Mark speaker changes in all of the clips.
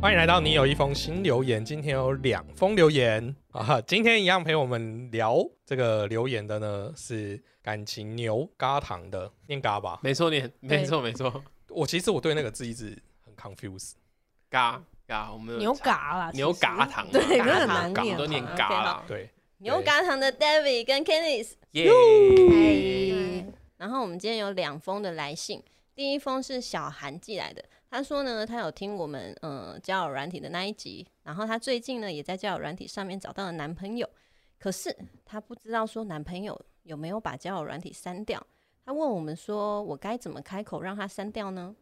Speaker 1: 欢迎来到你有一封新留言，今天有两封留言啊！今天一样陪我们聊这个留言的呢是感情牛嘎糖的，念嘎吧。
Speaker 2: 没错，你很
Speaker 3: 对
Speaker 2: 没错没错，
Speaker 1: 我其实我对那个字一直很 confuse，
Speaker 2: 嘎嘎，我们有
Speaker 3: 牛
Speaker 2: 查
Speaker 3: 嘎啦，其实
Speaker 2: 牛嘎糖啊，
Speaker 3: 对，
Speaker 2: 嘎
Speaker 3: 真的
Speaker 2: 糖
Speaker 3: 很难
Speaker 2: 嘎
Speaker 3: 念，
Speaker 2: 都念
Speaker 3: 好
Speaker 2: 嘎
Speaker 3: OK，好
Speaker 2: 啦，
Speaker 1: 对，
Speaker 4: 牛轧糖的 David 跟 Kennis，
Speaker 2: 耶，
Speaker 4: 嗨，然后我们今天有两封的来信，第一封是小韩寄来的，他说呢，他有听我们呃交友软体的那一集，然后他最近呢也在交友软体上面找到了男朋友，可是他不知道说男朋友有没有把交友软体删掉，他问我们说我该怎么开口让他删掉呢？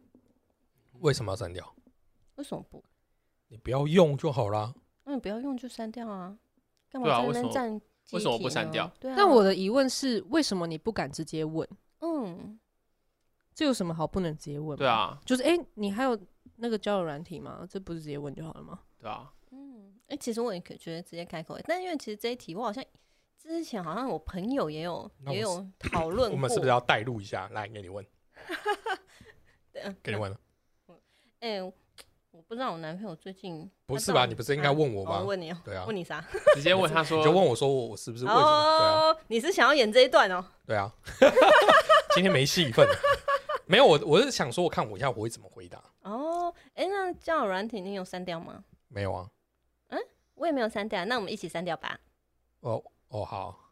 Speaker 1: 为什么要删掉？
Speaker 4: 为什么不？
Speaker 1: 你不要用就好啦。
Speaker 4: 那、你不要用就删掉啊，干
Speaker 2: 对啊
Speaker 4: 嘛在
Speaker 2: 为
Speaker 4: 那
Speaker 2: 什
Speaker 4: 边
Speaker 2: 么
Speaker 4: 占机体呢？
Speaker 2: 为什么不删掉
Speaker 4: 对啊，
Speaker 3: 但我的疑问是，为什么你不敢直接问？
Speaker 4: 嗯，
Speaker 3: 这有什么好不能直接问？
Speaker 2: 对，啊
Speaker 3: 就是哎、诶你还有那个交友软体吗？这不是直接问就好了吗？
Speaker 2: 对啊，
Speaker 4: 嗯，哎、其实我也可觉得直接开口，但因为其实这一题我好像之前好像我朋友也有
Speaker 1: 那我
Speaker 4: 也
Speaker 1: 是
Speaker 4: 有讨论 过，
Speaker 1: 我们是不是要带入一下？来，给你 问，
Speaker 4: 嗯
Speaker 1: 给你问了，
Speaker 4: 哎、我不知道我男朋友最近
Speaker 1: 不
Speaker 4: 他
Speaker 1: 是
Speaker 4: 到
Speaker 1: 吧？
Speaker 4: 底
Speaker 1: 你不是应该问我
Speaker 4: 啊
Speaker 1: 吗
Speaker 4: 我？问你哦、
Speaker 1: 对啊
Speaker 4: 问你 啥？
Speaker 2: 直接问他说
Speaker 1: 你就问我说我我是不是为什么？对啊。
Speaker 4: 哦，你是想要演这一段哦、
Speaker 1: 对啊， 今天没戏份。没有，我我是想说，我看我一下我会怎么回答。
Speaker 4: 哦，哎、那交友软体你有删掉吗？
Speaker 1: 没有啊，
Speaker 4: 我也没有删掉，啊那我们一起删掉吧。
Speaker 1: 哦哦好，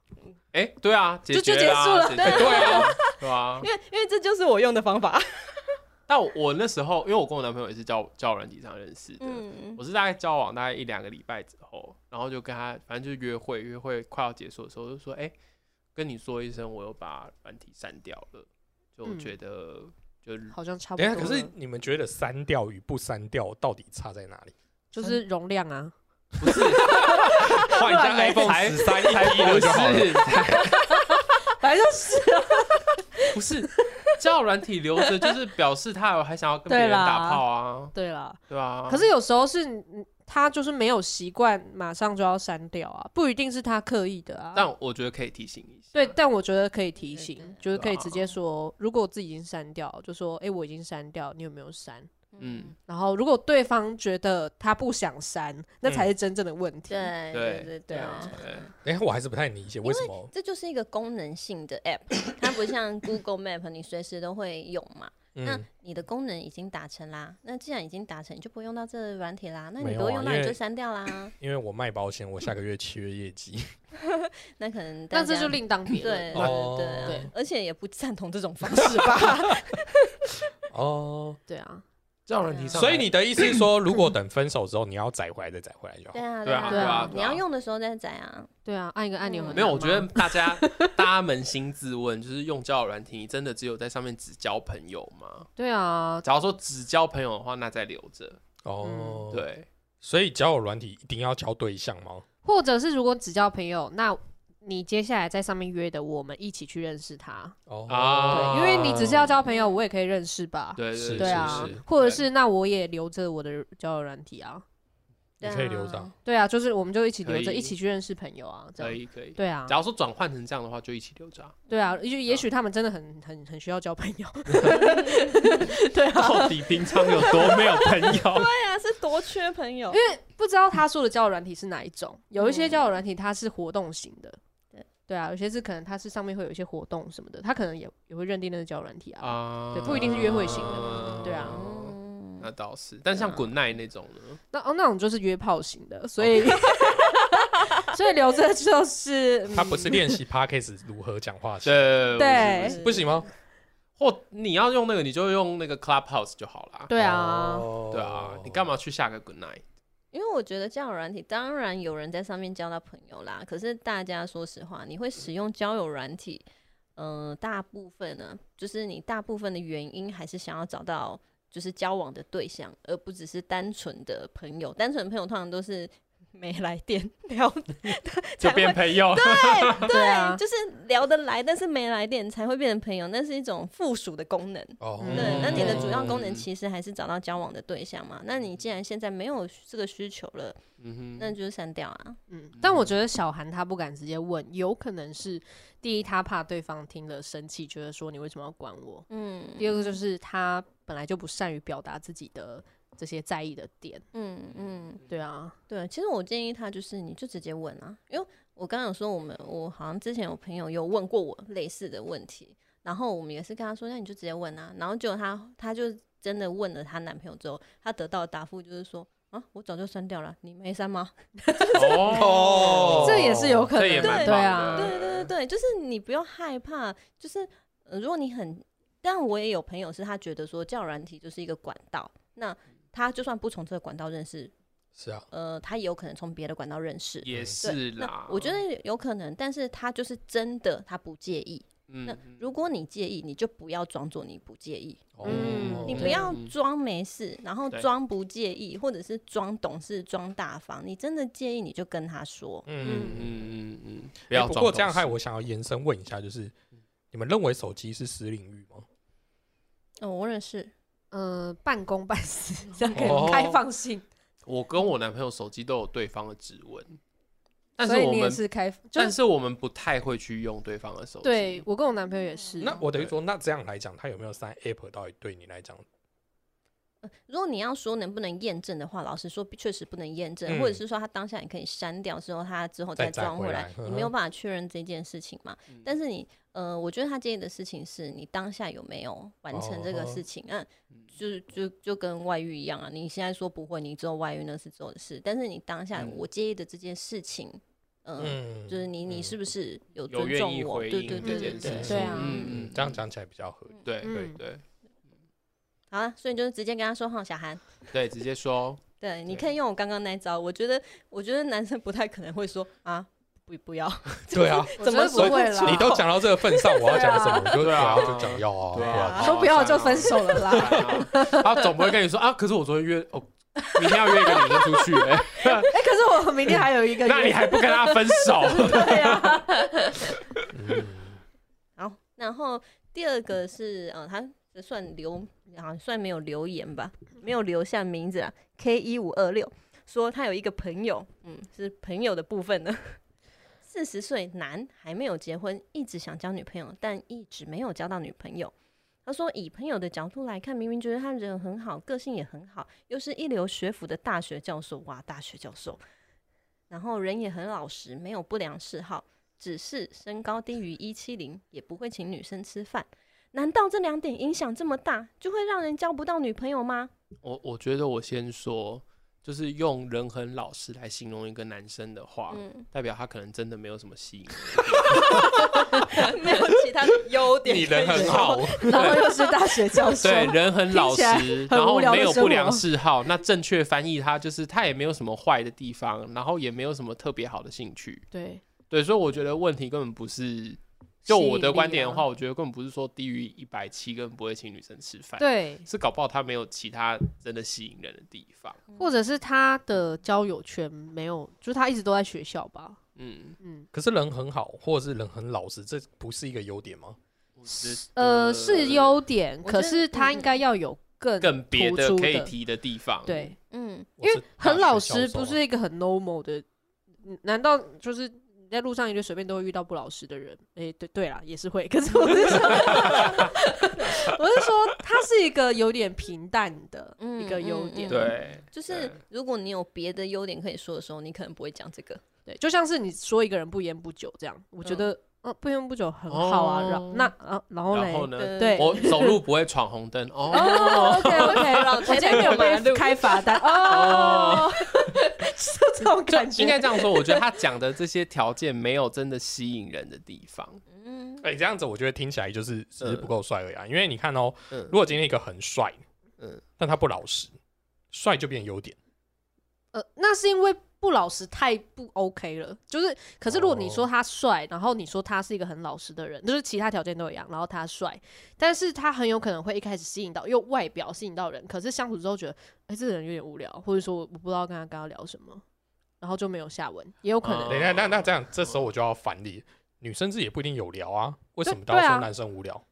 Speaker 2: 哎，对啊，解
Speaker 3: 就就
Speaker 2: 决
Speaker 3: 结束了
Speaker 2: 啦，解决对 啊，对啊
Speaker 1: 哦
Speaker 4: 因，为因为这就是我用的方法。
Speaker 2: 但我我那时候，因为我跟我男朋友也是交交友软体上认识的，
Speaker 4: 嗯
Speaker 2: 我是大概交往大概一两个礼拜之后，然后就跟他，反正就是约会，约会快要结束的时候，我就说，哎、跟你说一声，我又把软体删掉了，就我
Speaker 3: 嗯
Speaker 2: 觉得、就
Speaker 3: 好像差不
Speaker 1: 等
Speaker 3: 多
Speaker 1: 一
Speaker 3: 了。
Speaker 1: 下，可是你们觉得删掉与不删掉到底差在 哪里？
Speaker 3: 就是容量啊，
Speaker 2: 不是
Speaker 1: 换一下
Speaker 3: 嘞
Speaker 1: iPhone
Speaker 2: 才
Speaker 1: 十三
Speaker 2: 才
Speaker 1: 一 T 了
Speaker 2: 不
Speaker 1: 就好了。
Speaker 2: 是，才
Speaker 3: 反正就是啊
Speaker 2: 不是交友软体留着，就是表示他有还想要跟别人
Speaker 3: 对啦
Speaker 2: 打炮啊，
Speaker 3: 对啦。
Speaker 2: 对啊。
Speaker 3: 可是有时候是嗯他就是没有习惯，马上就要删掉啊，不一定是他刻意的啊。
Speaker 2: 但我觉得可以提醒一下，
Speaker 3: 对，但我觉得可以提
Speaker 4: 对
Speaker 3: 醒
Speaker 4: 对，
Speaker 3: 就是可以
Speaker 2: 对啊
Speaker 3: 直接说，如果我自己已经删掉，就说，哎、我已经删掉，你有没有删？
Speaker 2: 嗯，
Speaker 3: 然后如果对方觉得他不想删，
Speaker 2: 嗯
Speaker 3: 那才是真正的问题。
Speaker 4: 对对
Speaker 2: 对
Speaker 4: 对
Speaker 3: 对啊
Speaker 1: 等
Speaker 2: 对
Speaker 1: 一哎下，我还是不太理解为什么。
Speaker 4: 这就是一个功能性的 app，它不像 Google Map，你随时都会用嘛。那
Speaker 1: 嗯，
Speaker 4: 你的功能已经达成啦，那既然已经达成，你就不会用到这个软体啦。那
Speaker 1: 没
Speaker 4: 你
Speaker 1: 有
Speaker 4: 不会
Speaker 1: 啊
Speaker 4: 用到，
Speaker 1: 因
Speaker 4: 你
Speaker 1: 为
Speaker 4: 就删 掉啦。
Speaker 1: 因为我卖保险，我下个月七月业绩。
Speaker 4: 那可能大
Speaker 3: 但这
Speaker 4: 家
Speaker 3: 就另当别论。
Speaker 4: 对对
Speaker 1: 论哦
Speaker 4: 对啊
Speaker 3: 对
Speaker 4: 而且也不赞同这种 方式吧？
Speaker 1: 哦，
Speaker 3: 对啊，
Speaker 2: 交友软体上来，
Speaker 1: 所以你的意思是说，如果等分手之后，你要载回来再载回来就好。
Speaker 4: 对啊
Speaker 2: 对啊
Speaker 3: 对啊
Speaker 4: 啊
Speaker 2: 对，啊
Speaker 4: 你要用的时候再载啊。
Speaker 3: 对啊，按一个按钮
Speaker 4: 嗯
Speaker 3: 很
Speaker 2: 没有，
Speaker 3: 难
Speaker 2: 我觉得
Speaker 3: 吗
Speaker 2: 大家 大家扪心自问，就是用交友软体，你真的只有在上面只交朋友吗？
Speaker 3: 对啊，
Speaker 2: 假如说只交朋友的话，那再留着。
Speaker 1: 哦，，
Speaker 2: 对，
Speaker 1: 所以交友软体一定要交对象吗？
Speaker 3: 或者是如果只交朋友，那你接下来在上面约的，我们一起去认识他。
Speaker 1: 哦
Speaker 2: 啊
Speaker 3: 对，因为你只是要交朋友，我也可以认识吧。
Speaker 2: 对
Speaker 1: 是
Speaker 3: 对啊
Speaker 2: 是，
Speaker 3: 或者是那我也留着我的交友软体啊。
Speaker 1: 你
Speaker 4: 对啊
Speaker 1: 可以留着。
Speaker 3: 对啊，就是我们就一起留着，
Speaker 2: 可以
Speaker 3: 一起去认识朋友啊，这
Speaker 2: 可
Speaker 3: 样。
Speaker 2: 以可以。
Speaker 3: 对啊，
Speaker 2: 假如说转换成这样的话，就一起留着啊。
Speaker 3: 对啊，就也许他们真的很很很需要 交朋友。对啊，
Speaker 2: 到底平常有多没有朋友？
Speaker 4: 对啊，是多缺朋友。
Speaker 3: 不知道他说的交友软体是哪一种，有一些
Speaker 4: 嗯
Speaker 3: 交友软体它是活动型的，
Speaker 4: 对
Speaker 3: 对啊，有些是可能它是上面会有一些活动什么的，他可能也也会认定那是交友软体啊。
Speaker 2: 啊
Speaker 3: 对不一定是约会型的对啊
Speaker 4: 嗯
Speaker 2: 那倒是，但
Speaker 1: 啊
Speaker 2: 像滚奈那种呢？
Speaker 3: 那哦那种就是约炮型 的，所以所以留着就是 嗯
Speaker 1: 他不是练习 Parkes 如何讲话型，
Speaker 2: 对
Speaker 3: 对
Speaker 2: 不是
Speaker 1: 不行吗？
Speaker 2: 不是或你要用那个，你就用那个 Clubhouse 就好啦。
Speaker 3: 对啊，
Speaker 1: 哦
Speaker 2: 对啊，你 干嘛去下个 Good Night？
Speaker 4: 因为我觉得交友软体，当然有人在上面交到朋友啦。可是大家说实话，你会使用交友软体，嗯、大部分呢，就是你大部分的原因还是想要找到就是交往的对象，而不只是单纯的朋友。单纯的朋友通常都是 没来电聊，
Speaker 2: 就
Speaker 4: 才
Speaker 2: 变
Speaker 4: 会
Speaker 2: 朋友。
Speaker 3: 对啊，
Speaker 4: 就是聊得来，但是没来电才会变成朋友，那是一种附属的功能。
Speaker 1: 哦
Speaker 3: 嗯
Speaker 4: 对，那你的主要功能
Speaker 2: 嗯
Speaker 4: 其实还是找到交往的对象嘛。那你既然现在没有这个需求了，
Speaker 2: 嗯
Speaker 4: 那
Speaker 2: 哼，
Speaker 4: 就是删掉啊。
Speaker 3: 嗯，但我觉得小韩他不敢直接问，有可能是第一他怕对方听了生气，觉得说你为什么要管我；
Speaker 4: 嗯
Speaker 3: 第二个就是他本来就不善于表达自己的这些在意的点。
Speaker 4: 嗯嗯，
Speaker 3: 对啊，
Speaker 4: 对。其实我建议他就是，你就直接问啊，因为我刚刚有说我们，我好像之前有朋友有问过我类似的问题，然后我们也是跟他说，那你就直接问啊，然后结果他他就真的问了她男朋友之后，她得到的答复就是说。啊，我早就删掉了，你没删吗？
Speaker 2: 哦
Speaker 3: 这也是有可
Speaker 2: 这也
Speaker 3: 能
Speaker 2: 蛮
Speaker 3: 的，
Speaker 4: 棒
Speaker 3: 对
Speaker 2: 的
Speaker 3: 啊，
Speaker 4: 对对对对，就是你不要害怕，就是、呃如果你很，但我也有朋友是他觉得说教软体就是一个管道，那他就算不从这个管道认识，
Speaker 1: 是啊，
Speaker 4: 呃，他也有可能从别的管道认识。
Speaker 2: 也
Speaker 1: 对
Speaker 2: 是啦
Speaker 4: 那。我觉得有可能，但是他就是真的他不介意。
Speaker 2: 嗯，
Speaker 4: 那
Speaker 2: 嗯
Speaker 4: 如果你介意，你就不要装作你不介意，
Speaker 1: 哦
Speaker 4: 你不
Speaker 2: 对
Speaker 4: 要
Speaker 2: 嗯
Speaker 4: 装没事，然后
Speaker 2: 对
Speaker 4: 装不介意，或者是装懂事、装大方。你真的介意，你就跟他说。
Speaker 1: 嗯嗯。
Speaker 2: 嗯嗯嗯，不
Speaker 1: 不
Speaker 2: 要
Speaker 1: 不
Speaker 2: 装
Speaker 1: 过这样
Speaker 2: 懂
Speaker 1: 害
Speaker 2: 事
Speaker 1: 我想要延伸问一下，就是你们认为手机是私领域吗？
Speaker 4: 哦，我认识，
Speaker 3: 呃，半公半私，这样可
Speaker 2: 哦
Speaker 3: 以开放性，
Speaker 2: 我跟我男朋友手机都有对方的指纹，但是
Speaker 3: 所以
Speaker 2: 我
Speaker 3: 你也
Speaker 2: 们
Speaker 3: 是开，就
Speaker 2: 但是我们不太会去用对方的手机。
Speaker 3: 对，我跟我男朋友也是。
Speaker 1: 那我等于说，那这样来讲，它有没有删 App 到底对你来讲？
Speaker 4: 呃如果你要说能不能验证的话，老实说，确实不能验证，
Speaker 1: 嗯
Speaker 4: 或者是说他当下你可以删掉之后，他之后
Speaker 1: 再
Speaker 4: 再
Speaker 1: 载
Speaker 4: 装
Speaker 1: 回
Speaker 4: 回
Speaker 1: 来
Speaker 4: 来，
Speaker 1: 呵
Speaker 4: 你没有
Speaker 1: 呵
Speaker 4: 办法确认这件事情嘛。
Speaker 2: 嗯
Speaker 4: 但是你，呃，我觉得他建议的事情是你当下有没有完成这个事情，嗯、
Speaker 2: 哦嗯
Speaker 4: 就就就跟外遇一样啊。你现在说不会，你之后外遇那是之后的事，但是你当下
Speaker 2: 嗯
Speaker 4: 我介意的这件事情，呃、
Speaker 1: 嗯，
Speaker 4: 就是你
Speaker 1: 嗯
Speaker 4: 你是不是有
Speaker 2: 有
Speaker 4: 尊
Speaker 2: 愿
Speaker 4: 重
Speaker 2: 意
Speaker 4: 我？
Speaker 2: 回
Speaker 4: 对对
Speaker 2: 应
Speaker 4: 对
Speaker 2: 这
Speaker 4: 对
Speaker 2: 件
Speaker 4: 对
Speaker 2: 事情，
Speaker 3: 对啊
Speaker 2: 嗯嗯，
Speaker 1: 这样讲起来比较合理。
Speaker 2: 对对
Speaker 3: 嗯
Speaker 2: 对
Speaker 4: 好了，所以你就是直接跟他说哈，小韩。
Speaker 2: 对，直接说，
Speaker 4: 对，你
Speaker 1: 对
Speaker 4: 可以用我刚刚那一招。我觉得，我觉得男生不太可能会说啊，不不要。
Speaker 1: 对啊，
Speaker 3: 我
Speaker 4: 怎
Speaker 3: 觉得
Speaker 4: 么
Speaker 3: 不会 啦？
Speaker 4: 说
Speaker 1: 你都讲到这个份上，我要讲什么？我就
Speaker 2: 对啊
Speaker 1: 我就讲要啊，
Speaker 2: 对啊
Speaker 1: 啊，
Speaker 3: 说不要就分手啊了 啦。
Speaker 2: 他总不会跟你说啊，可是我昨天约哦，明天要约一个女生出去，哎，
Speaker 3: 哎，可是我明天还有一个
Speaker 2: 那你
Speaker 3: 月，
Speaker 2: 还不跟他分手？
Speaker 3: 对啊，
Speaker 4: 好，然后第二个是，呃，他这算留，好像算没有留言吧，没有留下名字啊。K 一五二六说他有一个朋友，嗯，是朋友的部分呢。四十岁男，还没有结婚，一直想交女朋友，但一直没有交到女朋友。他说，以朋友的角度来看，明明觉得他人很好，个性也很好，又是一流学府的大学教授，哇，大学教授，然后人也很老实，没有不良嗜好，只是身高低于一七零，也不会请女生吃饭。难道这两点影响这么大，就会让人交不到女朋友吗？
Speaker 2: 我我觉得我先说，就是用人很老实来形容一个男生的
Speaker 3: 啊
Speaker 2: 话，
Speaker 4: 嗯，
Speaker 2: 代表他可能真的没有什么吸引力。
Speaker 4: 没有其他的优点。
Speaker 1: 你人很好，，
Speaker 3: 然后又是大学教授，
Speaker 2: 对，人很老
Speaker 3: 听
Speaker 2: 实，
Speaker 3: 很
Speaker 2: 然后
Speaker 3: 无聊的
Speaker 2: 没有
Speaker 3: 生
Speaker 2: 不
Speaker 3: 活
Speaker 2: 良嗜好。那正确翻译它就是他也没有什么坏的地方，然后也没有什么特别好的兴趣。
Speaker 3: 对，
Speaker 2: 对，所以我觉得问题根本不是，就我的观点的
Speaker 3: 啊
Speaker 2: 话，我觉得根本不是说低于一百七根本不会请女生吃饭，
Speaker 3: 对，
Speaker 2: 是搞不好他没有其他真的吸引人的地方。
Speaker 3: 或者是他的交友圈没有，就是他一直都在学校吧，
Speaker 2: 嗯，
Speaker 3: 嗯，
Speaker 1: 可是人很好，或者是人很老实，这不是一个优点吗？
Speaker 2: 我觉
Speaker 3: 呃，
Speaker 2: 得
Speaker 3: 是优点，
Speaker 4: 我
Speaker 3: 可
Speaker 4: 觉得
Speaker 3: 是他应该要有嗯更
Speaker 2: 更别
Speaker 3: 突
Speaker 2: 的
Speaker 3: 出
Speaker 2: 可以
Speaker 3: 的
Speaker 2: 提的地方。
Speaker 3: 对，
Speaker 4: 嗯，
Speaker 1: 我
Speaker 3: 因为
Speaker 1: 是大
Speaker 3: 很
Speaker 1: 学
Speaker 3: 老
Speaker 1: 教
Speaker 3: 实，
Speaker 1: 授啊
Speaker 3: 不是一个很 normal 的，嗯难道就是你在路上一定随便都会遇到不老实的人？诶，对对啦，也是会，可是我是说， 我是说，他是一个有点平淡的一个
Speaker 4: 嗯
Speaker 3: 优
Speaker 4: 嗯
Speaker 3: 点，
Speaker 4: 嗯
Speaker 2: 对，
Speaker 4: 就是如果你有别的优点可以说的时候，你可能不会讲这个。
Speaker 3: 对，就像是你说一个人不言不久这样，我觉
Speaker 4: 嗯
Speaker 3: 得。嗯，不言不久很好啊，然
Speaker 2: 哦
Speaker 3: 后那啊，然后
Speaker 2: 然
Speaker 3: 嘞
Speaker 2: 后，呢，
Speaker 4: 对
Speaker 3: 对
Speaker 2: 我走路不会闯红灯哦。
Speaker 3: 哦，OK OK，
Speaker 4: 绕
Speaker 3: 我
Speaker 4: 台
Speaker 3: 今
Speaker 4: 北
Speaker 3: 天没有
Speaker 4: 马
Speaker 3: 被
Speaker 4: 路
Speaker 3: 开罚单哦， 是这种感 觉，
Speaker 2: 应该这样说，我觉得他讲的这些条件没有真的吸引人的地方。
Speaker 4: 嗯，
Speaker 1: 哎、这样子我觉得听起来就是只是
Speaker 2: 嗯
Speaker 1: 不够帅而已、啊。因为你看哦，
Speaker 2: 嗯
Speaker 1: 如果今天一个很帅，
Speaker 2: 嗯
Speaker 1: 但他不老实，帅就变优点。
Speaker 3: 呃，那是因为不老实太不 OK 了。就是，可是如果你
Speaker 1: 哦
Speaker 3: 说他帅，然后你说他是一个很老实的人，就是其他条件都一样，然后他帅，但是他很有可能会一开始吸引到，用外表吸引到人，可是相处之后觉得，哎、这个人有点无聊，或者说我不知道跟他跟他聊什么。然后就没有下文，也有可能。
Speaker 2: 哦
Speaker 1: 等一下，那那这样，这时候我就要反例，女生自己也不一定有聊啊，为什么都
Speaker 3: 对
Speaker 1: 要
Speaker 3: 啊
Speaker 1: 说男生无聊？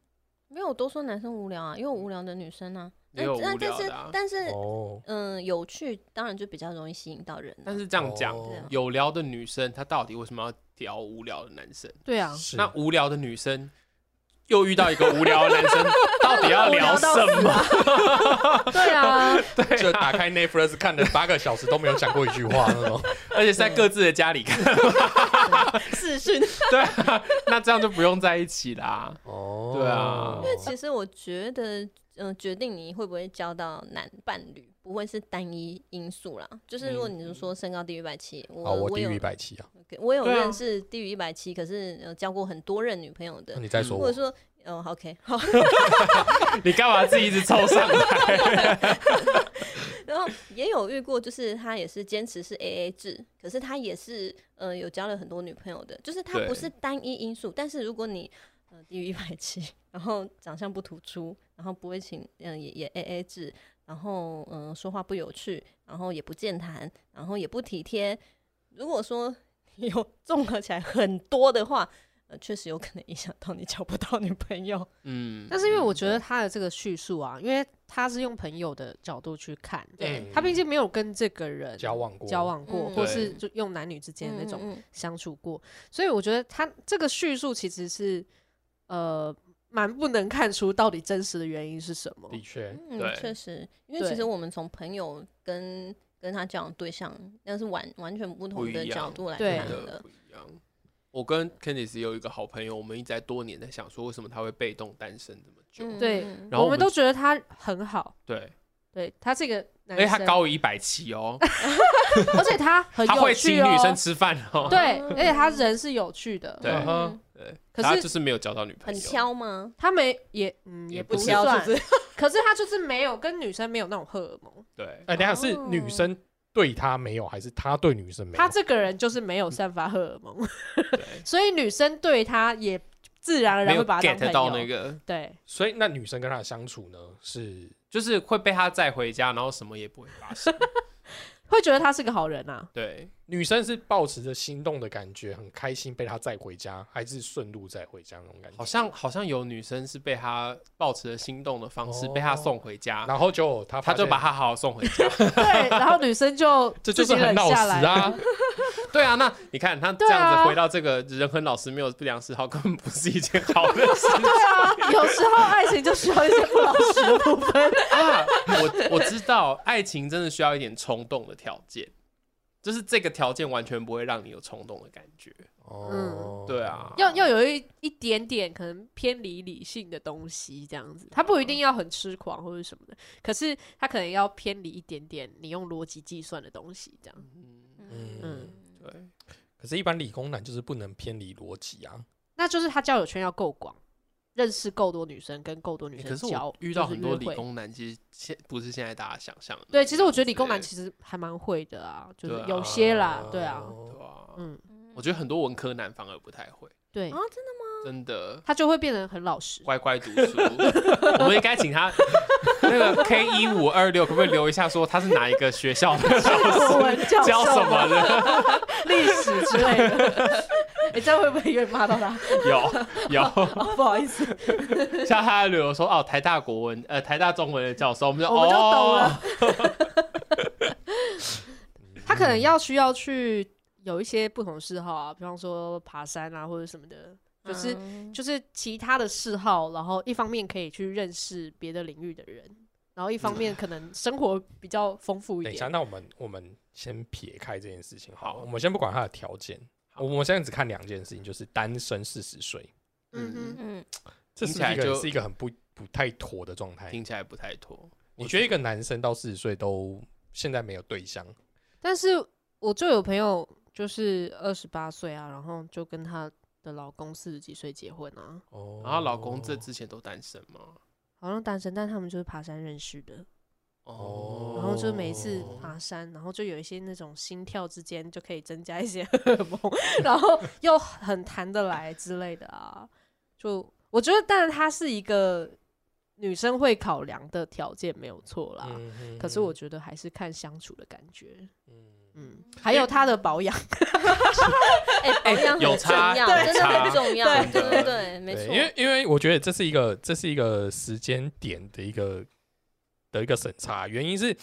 Speaker 4: 没有，我都说男生无聊啊，因为我无聊的女生啊。
Speaker 2: 也
Speaker 4: 那
Speaker 2: 有
Speaker 4: 那
Speaker 2: 无
Speaker 4: 但
Speaker 2: 聊
Speaker 4: 是
Speaker 2: 的啊
Speaker 4: 但是
Speaker 1: 哦，
Speaker 4: 嗯，有趣当然就比较容易吸引到人啊。
Speaker 2: 但是这样讲，
Speaker 1: 哦
Speaker 4: 对啊
Speaker 2: 有聊的女生她到底为什么要聊无聊的男生？
Speaker 3: 对啊，
Speaker 1: 是
Speaker 2: 那无聊的女生又遇到一个无聊的男生，到底要聊什么？
Speaker 3: 对啊，
Speaker 1: 就打开 Netflix 看了八个小时都没有讲过一句话那种。
Speaker 2: 而且是在各自的家里看，
Speaker 3: 视讯
Speaker 2: 对啊，那这样就不用在一起啦。
Speaker 1: 哦
Speaker 2: 对啊
Speaker 4: 因为其实我觉得，嗯、决定你会不会交到男伴侣，不会是单一因素啦。就是如果你是说身高低于一百七，
Speaker 1: 好，
Speaker 4: 我
Speaker 1: 嗯哦我
Speaker 4: 我
Speaker 1: 低
Speaker 4: 有
Speaker 1: 于一百七啊，
Speaker 4: 我有
Speaker 2: 对啊
Speaker 4: 认识低于一百七，可是、呃、交过很多任女朋友的
Speaker 1: 那，你再说
Speaker 4: 或者
Speaker 1: 我，
Speaker 4: 说，哦、o k 好，
Speaker 2: 你干嘛自己一直凑上来？
Speaker 4: 然后也有遇过，就是他也是坚持是 A A 制，可是他也是呃有交了很多女朋友的，就是他
Speaker 2: 对
Speaker 4: 不是单一因素。但是如果你呃低于一百七，然后长相不突出，然后不会请，嗯、也也 A A 制，然后嗯、呃说话不有趣，然后也不健谈，然后也不体贴。如果说你有 综合起来很多的话，呃，确实有可能影响到你交不到女朋友。
Speaker 2: 嗯，
Speaker 3: 但是因为我觉得他的这个叙述啊，因为他是用朋友的角度去看，
Speaker 4: 对
Speaker 3: 他毕竟没有跟这个
Speaker 1: 嗯
Speaker 3: 人
Speaker 1: 交往过，
Speaker 3: 交往过，
Speaker 4: 嗯
Speaker 3: 或是就用男女之间的那种
Speaker 4: 嗯嗯
Speaker 3: 相处过，所以我觉得他这个叙述其实是呃蛮不能看出到底真实的原因是什么。
Speaker 1: 的确，
Speaker 4: 嗯
Speaker 2: 对，
Speaker 4: 确实，因为其
Speaker 3: 对
Speaker 4: 实我们从朋友跟跟他交往对象，那是完完全不
Speaker 2: 不
Speaker 4: 同
Speaker 2: 一
Speaker 4: 的角
Speaker 2: 样
Speaker 4: 度来
Speaker 3: 对
Speaker 4: 看
Speaker 2: 真的
Speaker 4: 的。
Speaker 2: 不一样。我跟 Candice 有一个好朋友，我们一直在多年在想说，为什么他会被动单身这么久？
Speaker 4: 嗯
Speaker 3: 对
Speaker 4: 嗯
Speaker 2: 然后
Speaker 3: 我
Speaker 2: 我
Speaker 3: 们
Speaker 2: 们
Speaker 3: 都觉得他很好，
Speaker 2: 对，
Speaker 3: 对他这个男
Speaker 2: 而且
Speaker 3: 生，
Speaker 2: 他，高于一百七哦，
Speaker 3: 而且他 很
Speaker 2: 他
Speaker 3: 有
Speaker 2: 会请
Speaker 3: 趣
Speaker 2: 女
Speaker 3: 哦
Speaker 2: 生。吃饭哦。
Speaker 3: 对，而且他人是有趣的，
Speaker 2: 对
Speaker 1: 嗯哼
Speaker 2: 对，
Speaker 3: 可
Speaker 2: 他
Speaker 3: 是
Speaker 2: 就是没有交到女朋
Speaker 4: 很
Speaker 2: 友，
Speaker 4: 挑吗？
Speaker 3: 他没也嗯也
Speaker 2: 也不
Speaker 3: 是
Speaker 2: 挑
Speaker 3: 算
Speaker 4: 是，不是？
Speaker 3: 可是他就是没有跟女生没有那种荷尔蒙。
Speaker 2: 对，
Speaker 1: 哎，等一下是女
Speaker 4: 哦
Speaker 1: 生对他没有，还是他对女生没有？
Speaker 3: 他这个人就是没有散发荷尔蒙，
Speaker 2: 对
Speaker 3: 所以女生对他也自然而
Speaker 2: 没
Speaker 3: 然
Speaker 2: 有
Speaker 3: 会把他当
Speaker 2: get 到
Speaker 3: 朋
Speaker 2: 那
Speaker 3: 友。
Speaker 2: 个，
Speaker 3: 对，
Speaker 1: 所以那女生跟他的相处呢是
Speaker 2: 就是会被他载回家，然后什么也不会发生。
Speaker 3: 会觉得他是个好人啊。
Speaker 2: 对，
Speaker 1: 女生是抱持着心动的感觉，很开心被他载回家，还是顺路载回家那种感觉？
Speaker 2: 好像好像有女生是被他抱持着心动的方式
Speaker 1: 哦
Speaker 2: 被他送回家，
Speaker 1: 然后就他
Speaker 2: 他
Speaker 1: 发现
Speaker 2: 就把他好好送回家。
Speaker 3: 对，然后女生就
Speaker 1: 这就是
Speaker 3: 自己
Speaker 1: 很
Speaker 3: 忍
Speaker 1: 老
Speaker 3: 下
Speaker 1: 实
Speaker 3: 来。
Speaker 1: 啊，
Speaker 2: 对啊，那 你看他这
Speaker 3: 对啊
Speaker 2: 样子回到这个人很老实，没有不良嗜好，根本不是一件好的事
Speaker 3: 啊有时候爱情就需要一些不老实 的部分。
Speaker 2: 啊！我我知道，爱情真的需要一点冲动的条件，就是这个条件完全不会让你有冲动的感觉。
Speaker 3: 嗯
Speaker 1: 哦，
Speaker 2: 对，啊，
Speaker 3: 要要有一一点点可能偏离理性的东西，这样子，他不一定要很痴狂或者什么的，可是他可能要偏离一点点你用逻辑计算的东西，这样。嗯
Speaker 1: 嗯，
Speaker 2: 对，
Speaker 1: 可是，一般理工男就是不能偏离逻辑啊。
Speaker 3: 那就是他交友圈要够广，认识够多女生，跟够多女
Speaker 2: 欸
Speaker 3: 生
Speaker 2: 可是
Speaker 3: 交，
Speaker 2: 我遇到
Speaker 3: 就是
Speaker 2: 很多
Speaker 3: 约
Speaker 2: 理
Speaker 3: 会。
Speaker 2: 工男，其实现不是现在大家想象的那样子。
Speaker 3: 对，其实我觉得理工男
Speaker 2: 对
Speaker 3: 其实还蛮会的啊，就是
Speaker 2: 对啊
Speaker 3: 有些啦，对啊，
Speaker 2: 对啊，
Speaker 3: 嗯，
Speaker 2: 我觉得很多文科男反而不太会，
Speaker 3: 对
Speaker 4: 啊，，真的吗？
Speaker 2: 真的。
Speaker 3: 他就会变得很 老实。
Speaker 2: 乖乖读书。我们应该请他那个 K 一五二六，可不可以留一下说他是哪一个学校的教
Speaker 3: 作文教
Speaker 2: 教什
Speaker 3: 授、
Speaker 2: 么 的？
Speaker 3: 历史之类的，你哎这样会不会有点骂啊到
Speaker 4: 嗯
Speaker 3: 他？
Speaker 2: 有有，
Speaker 3: 哦不好意思，
Speaker 2: 像他的旅游说哦，台大国文呃台大中文的教授，我们就
Speaker 3: 我们就懂
Speaker 2: 哦
Speaker 3: 了， 他可能要需要去有一些不同嗜好啊，比方说爬山啊或者什么的，就是
Speaker 4: 嗯
Speaker 3: 就是其他的嗜好，然后一方面可以去认识别的领域的人，然后一方面可能生活比较丰富一
Speaker 1: 等一下，
Speaker 3: 点。
Speaker 1: 那我们我们先撇开这件事情好了，
Speaker 2: 好
Speaker 1: 我们先不管他的条件，
Speaker 2: 好
Speaker 1: 我们现在只看两件事情，就是单身四十岁，
Speaker 3: 嗯
Speaker 4: 嗯，
Speaker 1: 这
Speaker 2: 听
Speaker 1: 是
Speaker 2: 起来
Speaker 1: 一个
Speaker 2: 就是
Speaker 1: 一个很不不太妥的状态。
Speaker 2: 听起来不太妥。
Speaker 1: 你觉得一个男生到四十岁都现在没有对象，
Speaker 3: 哼，但是我就有朋友就是二十八岁啊，然后就跟她的老公四十几岁结婚啊，
Speaker 1: 哦
Speaker 2: 然后老公这之前都单身吗？
Speaker 3: 好像单身，但他们就是爬山认识的，
Speaker 1: 哦
Speaker 3: 然后就每次爬山，然后就有一些那种心跳之间就可以增加一些 荷尔蒙，然后又很谈得来之类的啊。就我觉得，当然它是一个女生会考量的条件，没有错啦。
Speaker 1: 嗯哼
Speaker 3: 可是我觉得还是看相处的感觉。
Speaker 1: 嗯
Speaker 3: 嗯，还有他的保养，
Speaker 4: 哎，保养
Speaker 2: 有
Speaker 4: 很重
Speaker 2: 差
Speaker 4: 要，
Speaker 2: 有
Speaker 4: 真的
Speaker 2: 差
Speaker 4: 很重要，
Speaker 2: 对
Speaker 4: 对对对，没
Speaker 1: 对，
Speaker 4: 错
Speaker 1: 因。为因为我觉得这是一个这是一个时间点的一个的一个审查，原因是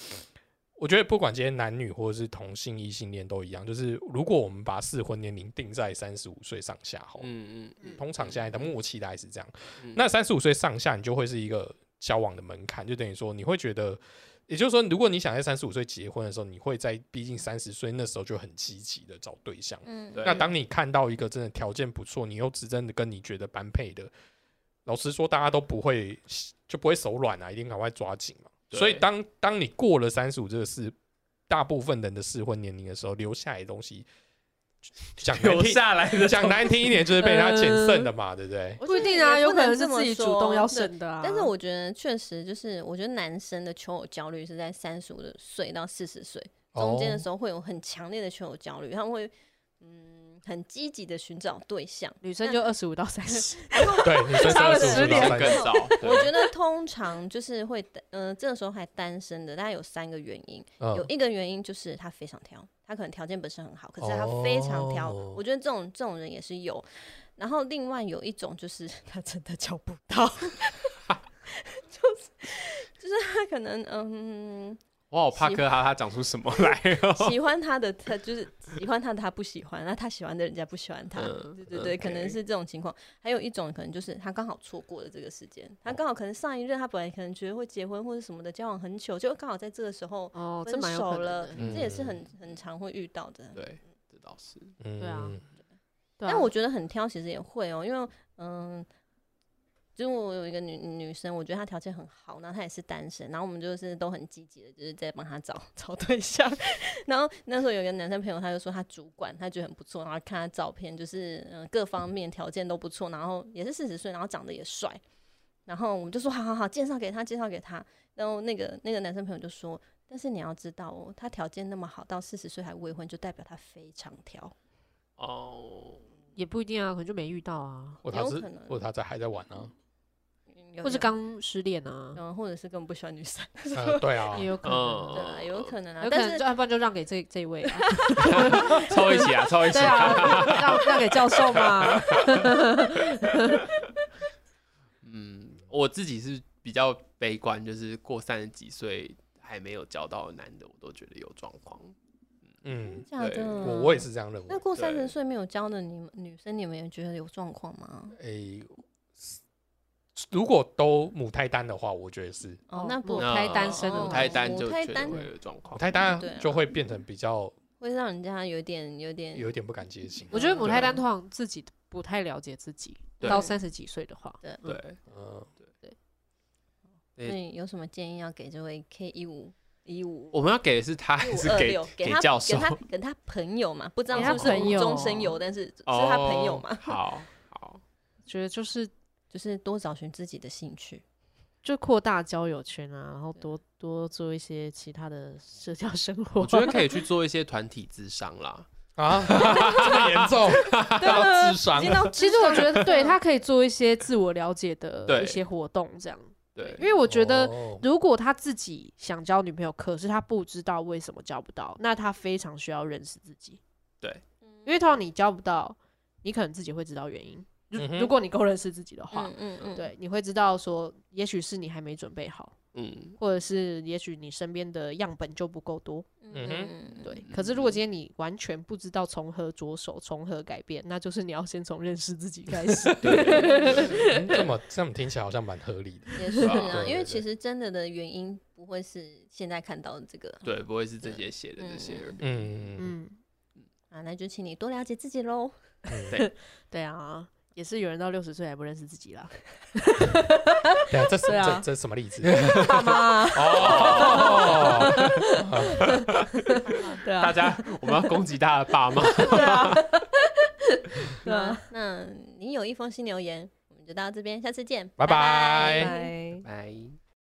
Speaker 1: 我觉得不管今天男女或者是同性异性恋都一样，就是如果我们把适婚年龄定在三十五岁上下
Speaker 3: 哦
Speaker 1: 后，
Speaker 2: 嗯嗯
Speaker 1: 通常现在的默契大概是这样。
Speaker 2: 嗯
Speaker 1: 那三十五岁上下，你就会是一个交往的门槛，就等于说你会觉得，也就是说，如果你想在三十五岁结婚的时候，你会在逼近三十岁那时候就很积极的找对象。
Speaker 4: 嗯
Speaker 2: 对
Speaker 1: 那当你看到一个真的条件不错，你又只真的跟你觉得般配的，老实说，大家都不会就不会手软啊，一定赶快抓紧嘛。
Speaker 2: 对
Speaker 1: 所以当当你过了三十五这个是大部分人的适婚年龄的时候，留下来的东西，讲难
Speaker 2: 留
Speaker 1: 听
Speaker 2: 下来的
Speaker 1: 讲难听一点，就是被人家捡
Speaker 4: 呃
Speaker 1: 剩的嘛，对不对？
Speaker 4: 我
Speaker 3: 不一
Speaker 4: 觉得
Speaker 3: 定啊，
Speaker 4: 也
Speaker 3: 有
Speaker 4: 不
Speaker 3: 可
Speaker 4: 能
Speaker 3: 能是
Speaker 4: 这么
Speaker 3: 自己主
Speaker 4: 说
Speaker 3: 动要
Speaker 4: 对
Speaker 3: 生的啊。
Speaker 4: 但是我觉得确实就是，我觉得男生的求偶焦虑是在三十五岁到四十岁
Speaker 1: 哦
Speaker 4: 中间的时候会有很强烈的求偶焦虑，他们会嗯很积极的寻找对象。
Speaker 3: 女生就二十五到三 十，
Speaker 1: 候，对，女生
Speaker 3: 差了
Speaker 1: 15
Speaker 3: 10年
Speaker 1: 到
Speaker 2: 更早，
Speaker 4: 我觉得通常就是会，嗯、这个时候还单身的，大概有三个原因。
Speaker 1: 嗯
Speaker 4: 有一个原因就是他非常挑，他可能条件本身很好，可是他非常挑。
Speaker 1: 哦
Speaker 4: 我觉得这种这种人也是有。然后另外有一种就是 他真的找不到， 就是就是他可能嗯
Speaker 2: 我好怕科哈他讲出什么来哦。
Speaker 4: 喜欢他的他就是喜欢他的他不喜欢，那他喜欢的人家不喜欢他。
Speaker 2: 嗯
Speaker 4: 对对对，可能是这种情况。还有一种可能就是他刚好错过了这个时
Speaker 2: 哦
Speaker 4: 间，他刚好可能上一任他本来可能觉得会结婚或者什么的，交往很久，就刚好在这个时候
Speaker 3: 哦，这
Speaker 4: 分
Speaker 3: 蛮有可
Speaker 4: 手
Speaker 3: 能
Speaker 4: 了，
Speaker 3: 的。
Speaker 2: 嗯
Speaker 4: 这也是很很常会遇到的。
Speaker 2: 对，这倒是。
Speaker 1: 嗯
Speaker 3: 对啊对啊
Speaker 4: 但我觉得很挑，其实也会哦，因为嗯，就是我有一个女女生，我觉得她条件很好，然后她也是单身，然后我们就是都很积极的，就是在帮她找 找对象。然后那时候有一个男生朋友，他就说他主管，他觉得很不错，然后看他照片，就是嗯各方面条件都不错，然后也是四十岁，然后长得也帅。然后我们就说好好好，介绍给他，介绍给他。然后那个那个男生朋友就说，但是你要知道哦，他条件那么好，到四十岁还未婚，就代表他非常挑。
Speaker 2: 哦，
Speaker 3: 也不一定啊，可能就没遇到啊，
Speaker 1: 或者他
Speaker 4: 有
Speaker 1: 是
Speaker 4: 可能
Speaker 1: 或者他在还在玩 啊，
Speaker 4: 嗯有
Speaker 3: 或是
Speaker 4: 有
Speaker 3: 刚失恋啊，
Speaker 4: 嗯，或者是根本不喜欢女生，
Speaker 1: 嗯对啊
Speaker 3: 也，有可能。
Speaker 4: 对啊，
Speaker 2: 嗯，
Speaker 4: 有可能啊
Speaker 3: 有。可
Speaker 4: 但
Speaker 3: 能
Speaker 4: 是
Speaker 3: 就要不然就让给这这一位啊，
Speaker 2: 凑一起啊，凑一起
Speaker 3: 对。 啊，让让给教授嘛。
Speaker 2: 嗯，我自己是比较悲观，就是过三十几岁还没有交到的男的，我都觉得有状况。
Speaker 1: 嗯，
Speaker 4: 假
Speaker 2: 对
Speaker 4: 的，啊
Speaker 1: 我我也。是这样认为
Speaker 4: 那。过三
Speaker 2: 对
Speaker 4: 十岁没有交的你们女生，你们也觉得有状况吗？
Speaker 1: 诶，如果都母胎单的话，我觉得是
Speaker 4: 哦
Speaker 3: 哦，
Speaker 4: 那不
Speaker 3: 母胎单身的
Speaker 4: 哦
Speaker 2: 母胎单就
Speaker 4: 母胎
Speaker 2: 觉得
Speaker 4: 单
Speaker 2: 会有状况
Speaker 1: 母。胎单
Speaker 4: 对啊
Speaker 1: 就会变成比较
Speaker 4: 会让人家有点有点
Speaker 1: 有一点不敢接近。
Speaker 3: 我觉得母胎单通常自己不太了解自己，
Speaker 2: 对
Speaker 3: 到三十几岁的话，
Speaker 4: 对。
Speaker 2: 对，
Speaker 1: 嗯，
Speaker 4: 那你有什么建议要给这位 K 一五一五
Speaker 2: 我们要给的是他还
Speaker 4: 五
Speaker 2: 是
Speaker 4: 二
Speaker 2: 给
Speaker 4: 六？
Speaker 2: 给
Speaker 4: 他
Speaker 2: 教
Speaker 4: 给
Speaker 2: 授？
Speaker 4: 他给他朋友嘛，不知道
Speaker 3: 给
Speaker 4: 是
Speaker 3: 他
Speaker 4: 不是
Speaker 3: 朋
Speaker 4: 无
Speaker 3: 友
Speaker 4: 中生有，但是是
Speaker 2: 哦
Speaker 4: 他朋友嘛，
Speaker 2: 好好，
Speaker 3: 觉得就是
Speaker 4: 就是多找寻自己的兴趣。
Speaker 3: 就扩大交友圈啊，然后多多做一些其他的社交生活。
Speaker 2: 我觉得可以去做一些团体智 商啦。
Speaker 1: 啊，这么严重，到
Speaker 2: 啊
Speaker 1: 智商
Speaker 4: 啊已经到
Speaker 3: 其实我觉得 对他可以做一些自我了解的
Speaker 2: 对
Speaker 3: 一些活动，这样，
Speaker 2: 对
Speaker 3: 因，为 我觉得。
Speaker 1: 哦
Speaker 3: 如果他自己想交女朋友，可是他不知道为什么交不到，那他非常需要认识自己。
Speaker 4: 嗯
Speaker 3: 因为通常你交不到，你可能自己会知道原因。如、
Speaker 1: 嗯哼
Speaker 3: 如果你够认识自己的话，
Speaker 4: 嗯嗯嗯，
Speaker 3: 对，你会知道说，也许是你还没准备好，
Speaker 2: 嗯，
Speaker 3: 或者是也许你身边的样本就不够多。
Speaker 4: 嗯
Speaker 1: 嗯哼
Speaker 4: 嗯
Speaker 3: 对，可是如果今天你完全不知道从何着手、从何改变，那就是你要先从认识自己开始。
Speaker 1: 嗯这么这么听起来好像蛮合理的。
Speaker 4: 也是
Speaker 2: 对
Speaker 4: 啊，
Speaker 1: 对
Speaker 4: 因为
Speaker 1: 对
Speaker 4: 其实真的的原因不会是现在看到的这个
Speaker 2: 对，不会是这些写的
Speaker 4: 嗯
Speaker 2: 这些人。
Speaker 1: 嗯，
Speaker 3: 嗯，
Speaker 4: 啊，那就请你多了解自己喽。
Speaker 3: 对啊，也是有人到六十岁还不认识自己啦。
Speaker 1: 对啊，这是
Speaker 3: 对啊
Speaker 1: 这这是什么 例子？
Speaker 3: 爸妈，
Speaker 2: 哦，
Speaker 3: 对
Speaker 2: 大
Speaker 3: 啊，
Speaker 2: 家，我们要攻击他的爸妈。
Speaker 3: 对啊， 对啊
Speaker 4: 那，那你有一封新留言，我们就到这边，下次见，
Speaker 1: 拜拜
Speaker 3: 拜。
Speaker 2: 拜。